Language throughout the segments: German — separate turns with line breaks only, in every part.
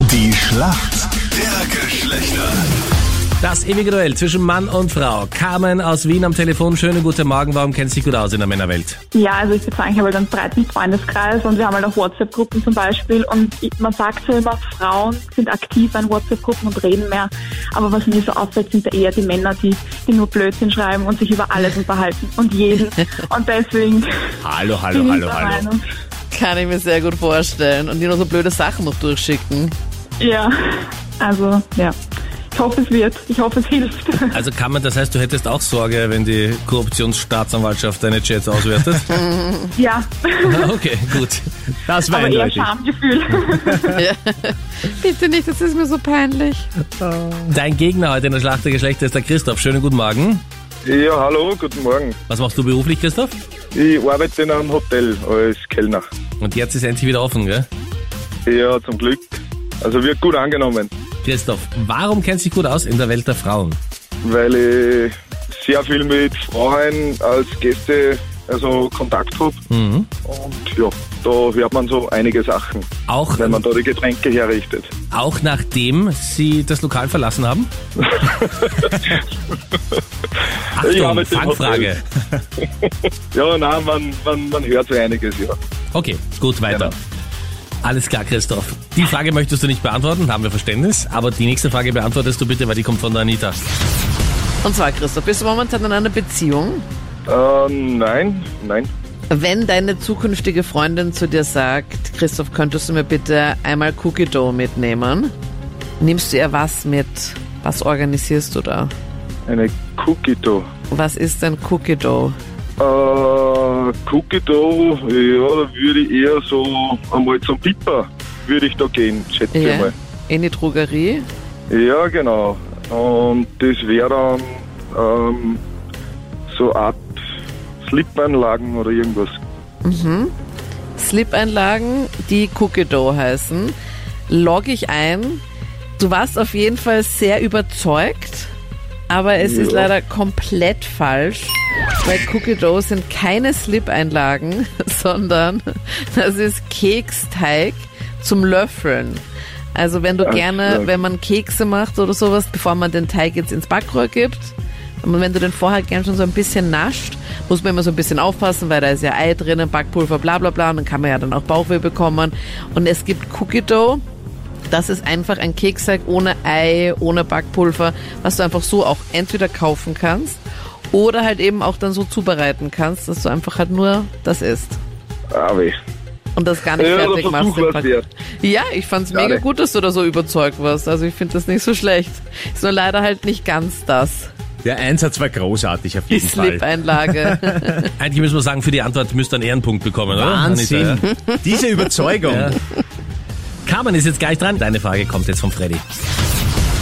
Die Schlacht der Geschlechter.
Das ewige Duell zwischen Mann und Frau. Carmen aus Wien am Telefon. Schönen guten Morgen. Warum kennst du dich gut aus in der Männerwelt?
Ja, also ich bezeichne halt einen breiten Freundeskreis und wir haben halt auch WhatsApp-Gruppen zum Beispiel und ich- man sagt so immer, Frauen sind aktiv in WhatsApp-Gruppen und reden mehr, aber was mir so auffällt, sind da eher die Männer, die, die nur Blödsinn schreiben und sich über alles unterhalten und jeden und deswegen
Hallo,
bin
hallo,
ich ne?
hallo,
der
hallo.
Meinung,
Kann ich mir sehr gut vorstellen. Und die noch so blöde Sachen noch durchschicken.
ja, also ja, ich hoffe es wird, ich hoffe es hilft.
Also Carmen, das heißt, du hättest auch Sorge, wenn die Korruptionsstaatsanwaltschaft deine Chats auswertet?
ja,
okay, gut. Das war
aber eher
eindeutig.
Schamgefühl.
Bitte nicht, das ist mir so peinlich.
Dein Gegner heute in der Schlacht der Geschlechter ist der Christoph. Schönen guten Morgen.
Ja, hallo, guten Morgen.
Was machst du beruflich, Christoph?
Ich arbeite in einem Hotel als Kellner.
Und jetzt ist endlich wieder offen, gell?
Ja, zum Glück. Also wird gut angenommen,
Christoph, warum kennst du dich gut aus in der Welt der Frauen?
weil ich sehr viel mit Frauen als Gäste also Kontakt habe. Und ja, da hört man so einige Sachen,
Auch,
wenn man da die Getränke herrichtet.
auch nachdem sie das Lokal verlassen haben?
Ich
Achtung,
arbeite im
Fangfrage.
Ja, nein, man, man, man hört so einiges, ja.
Okay, gut, weiter.
Genau.
Alles klar, Christoph. Die Frage möchtest du nicht beantworten, haben wir Verständnis. Aber die nächste Frage beantwortest du bitte, weil die kommt von der Anita.
Und zwar, Christoph, bist du momentan in einer Beziehung?
Ähm, nein, nein.
Wenn deine zukünftige Freundin zu dir sagt, Christoph, könntest du mir bitte einmal Cookie Dough mitnehmen? Nimmst du ihr was mit? Was organisierst du da?
Eine Cookie Dough.
Was ist denn Cookie Dough?
Äh, Cookie Dough, ja, da würde ich eher so einmal zum Pippa, würde ich da gehen, schätze ich mal.
In die Drogerie?
Ja, genau. Und das wäre dann ähm, so Art Slipanlagen oder irgendwas.
Slip-Einlagen, die Cookie Dough heißen, log ich ein. Du warst auf jeden Fall sehr überzeugt, aber es ist
Ja.
leider komplett falsch, weil Cookie Dough sind keine Slip-Einlagen, sondern das ist Keksteig zum Löffeln. Also wenn du
Ach,
gerne,
ja.
wenn man Kekse macht oder sowas, bevor man den Teig jetzt ins Backrohr gibt, und wenn du den vorher gern schon so ein bisschen nascht, muss man immer so ein bisschen aufpassen, weil da ist ja Ei drinnen, Backpulver, bla bla bla, und dann kann man ja dann auch Bauchweh bekommen. Und es gibt Cookie Dough, das ist einfach ein Keksteig ohne Ei, ohne Backpulver, was du einfach so auch entweder kaufen kannst oder halt eben auch dann so zubereiten kannst, dass du einfach halt nur das isst
Ah, weh.
und das gar nicht
Ja, der
fertig machst.
Versuch
den
war
Back-
wert.
Ja, ich fand's
Schade.
mega gut, dass du da so überzeugt warst. Also ich finde das nicht so schlecht. Ist nur leider halt nicht ganz das.
Der Einsatz war großartig auf
Die
jeden Fall.
Slip-Einlage.
Eigentlich müssen wir sagen, für die Antwort müsst ihr einen Ehrenpunkt bekommen, oder?
Wahnsinn.
Anita,
Diese Überzeugung.
Ja. ja. Carmen ist jetzt gleich dran. Deine Frage kommt jetzt von Freddy.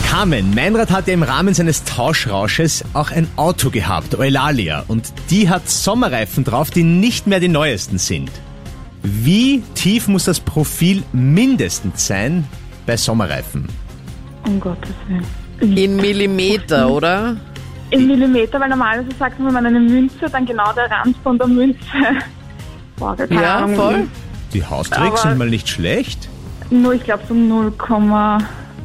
Carmen, Meinrad hatte im Rahmen seines Tauschrausches auch ein Auto gehabt, Eulalia. Und die hat Sommerreifen drauf, die nicht mehr die neuesten sind. Wie tief muss das Profil mindestens sein bei Sommerreifen?
Um Gottes Willen.
In Millimeter, oder?
In Millimeter, weil normalerweise sagt man, wenn man eine Münze, dann genau der Rand von der Münze. Boah, gar keine
Ja,
Ahnung.
voll.
Die Haustricks
Aber-
sind mal nicht schlecht.
Nur, ich glaube, so 0,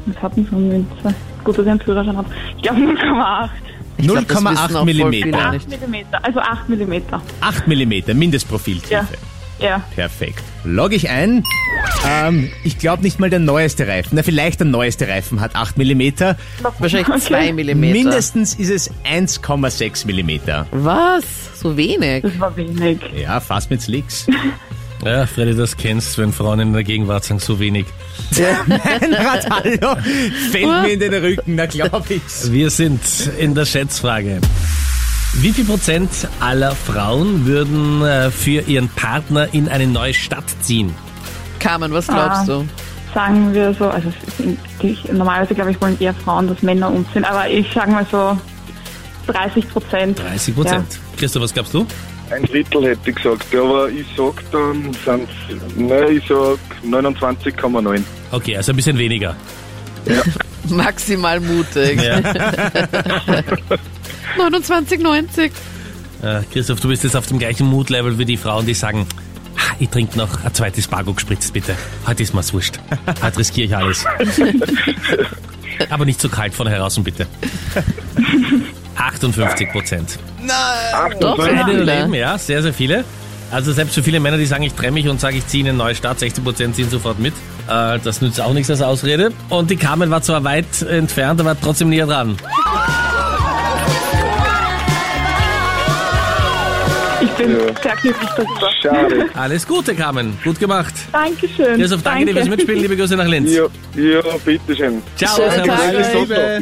was hat denn so eine Münze? Gut, dass ich einen Führerschein habe. Ich glaube 0,8.
Ich glaub, das wissen auch
0,8
voll viele
Millimeter.
nicht.
8 Millimeter, also 8 Millimeter.
8 Millimeter Mindestprofiltiefe.
Ja. Ja.
Perfekt. Log ich ein. Ähm, ich glaube nicht mal der neueste Reifen. Na, vielleicht der neueste Reifen hat 8 mm.
Wahrscheinlich zwei Millimeter.
Mindestens ist es 1,6 mm.
Was? So wenig?
Das war wenig.
Ja, fast mit's Licks.
Ja, Freddy, das kennst, wenn Frauen in der Gegenwart sagen, so wenig.
Nein, Rad, hallo. Fällt mir in den Rücken, na glaub ich's.
Wir sind in der Schätzfrage. Wie viel Prozent aller Frauen würden äh, für ihren Partner in eine neue Stadt ziehen?
Carmen, was glaubst du?
Sagen wir so, also es sind- die- normalerweise glaube ich wollen eher Frauen, dass Männer umziehen, aber ich sage mal so 30 Prozent.
30 Prozent. Christoph, was glaubst du?
Ein Drittel hätte ich gesagt, aber ich sag dann, sind nein, ich sag 29,9.
Okay, also ein bisschen weniger.
Maximal mutig.
Ja.
29,90.
Äh, Christoph, du bist jetzt auf dem gleichen Mood-Level wie die Frauen, die sagen, "Ah, ich trinke noch ein zweites Bargo gespritzt, bitte. Heute ist mir's wurscht. Heute riskiere ich alles. Aber nicht zu kalt von heraus, bitte. 58 Prozent.
Doch,
Beide
viele.
leben, ja, sehr, sehr viele. Also selbst für viele Männer, die sagen, ich trenne mich und sage, ich ziehe in einen neuen Start, 60% ziehen sofort mit. Äh, das nützt auch nichts als Ausrede. Und die Carmen war zwar weit entfernt, aber trotzdem näher dran.
Ich bin
Ja.
sehr glücklich darüber.
Schade.
Alles Gute, Carmen. Gut gemacht.
Dankeschön.
Christoph, danke dir fürs Mitspielen. Liebe Grüße nach Linz.
Ja, ja bitteschön.
Ciao.
Schönen
servus.
Tag.
Alles Gute.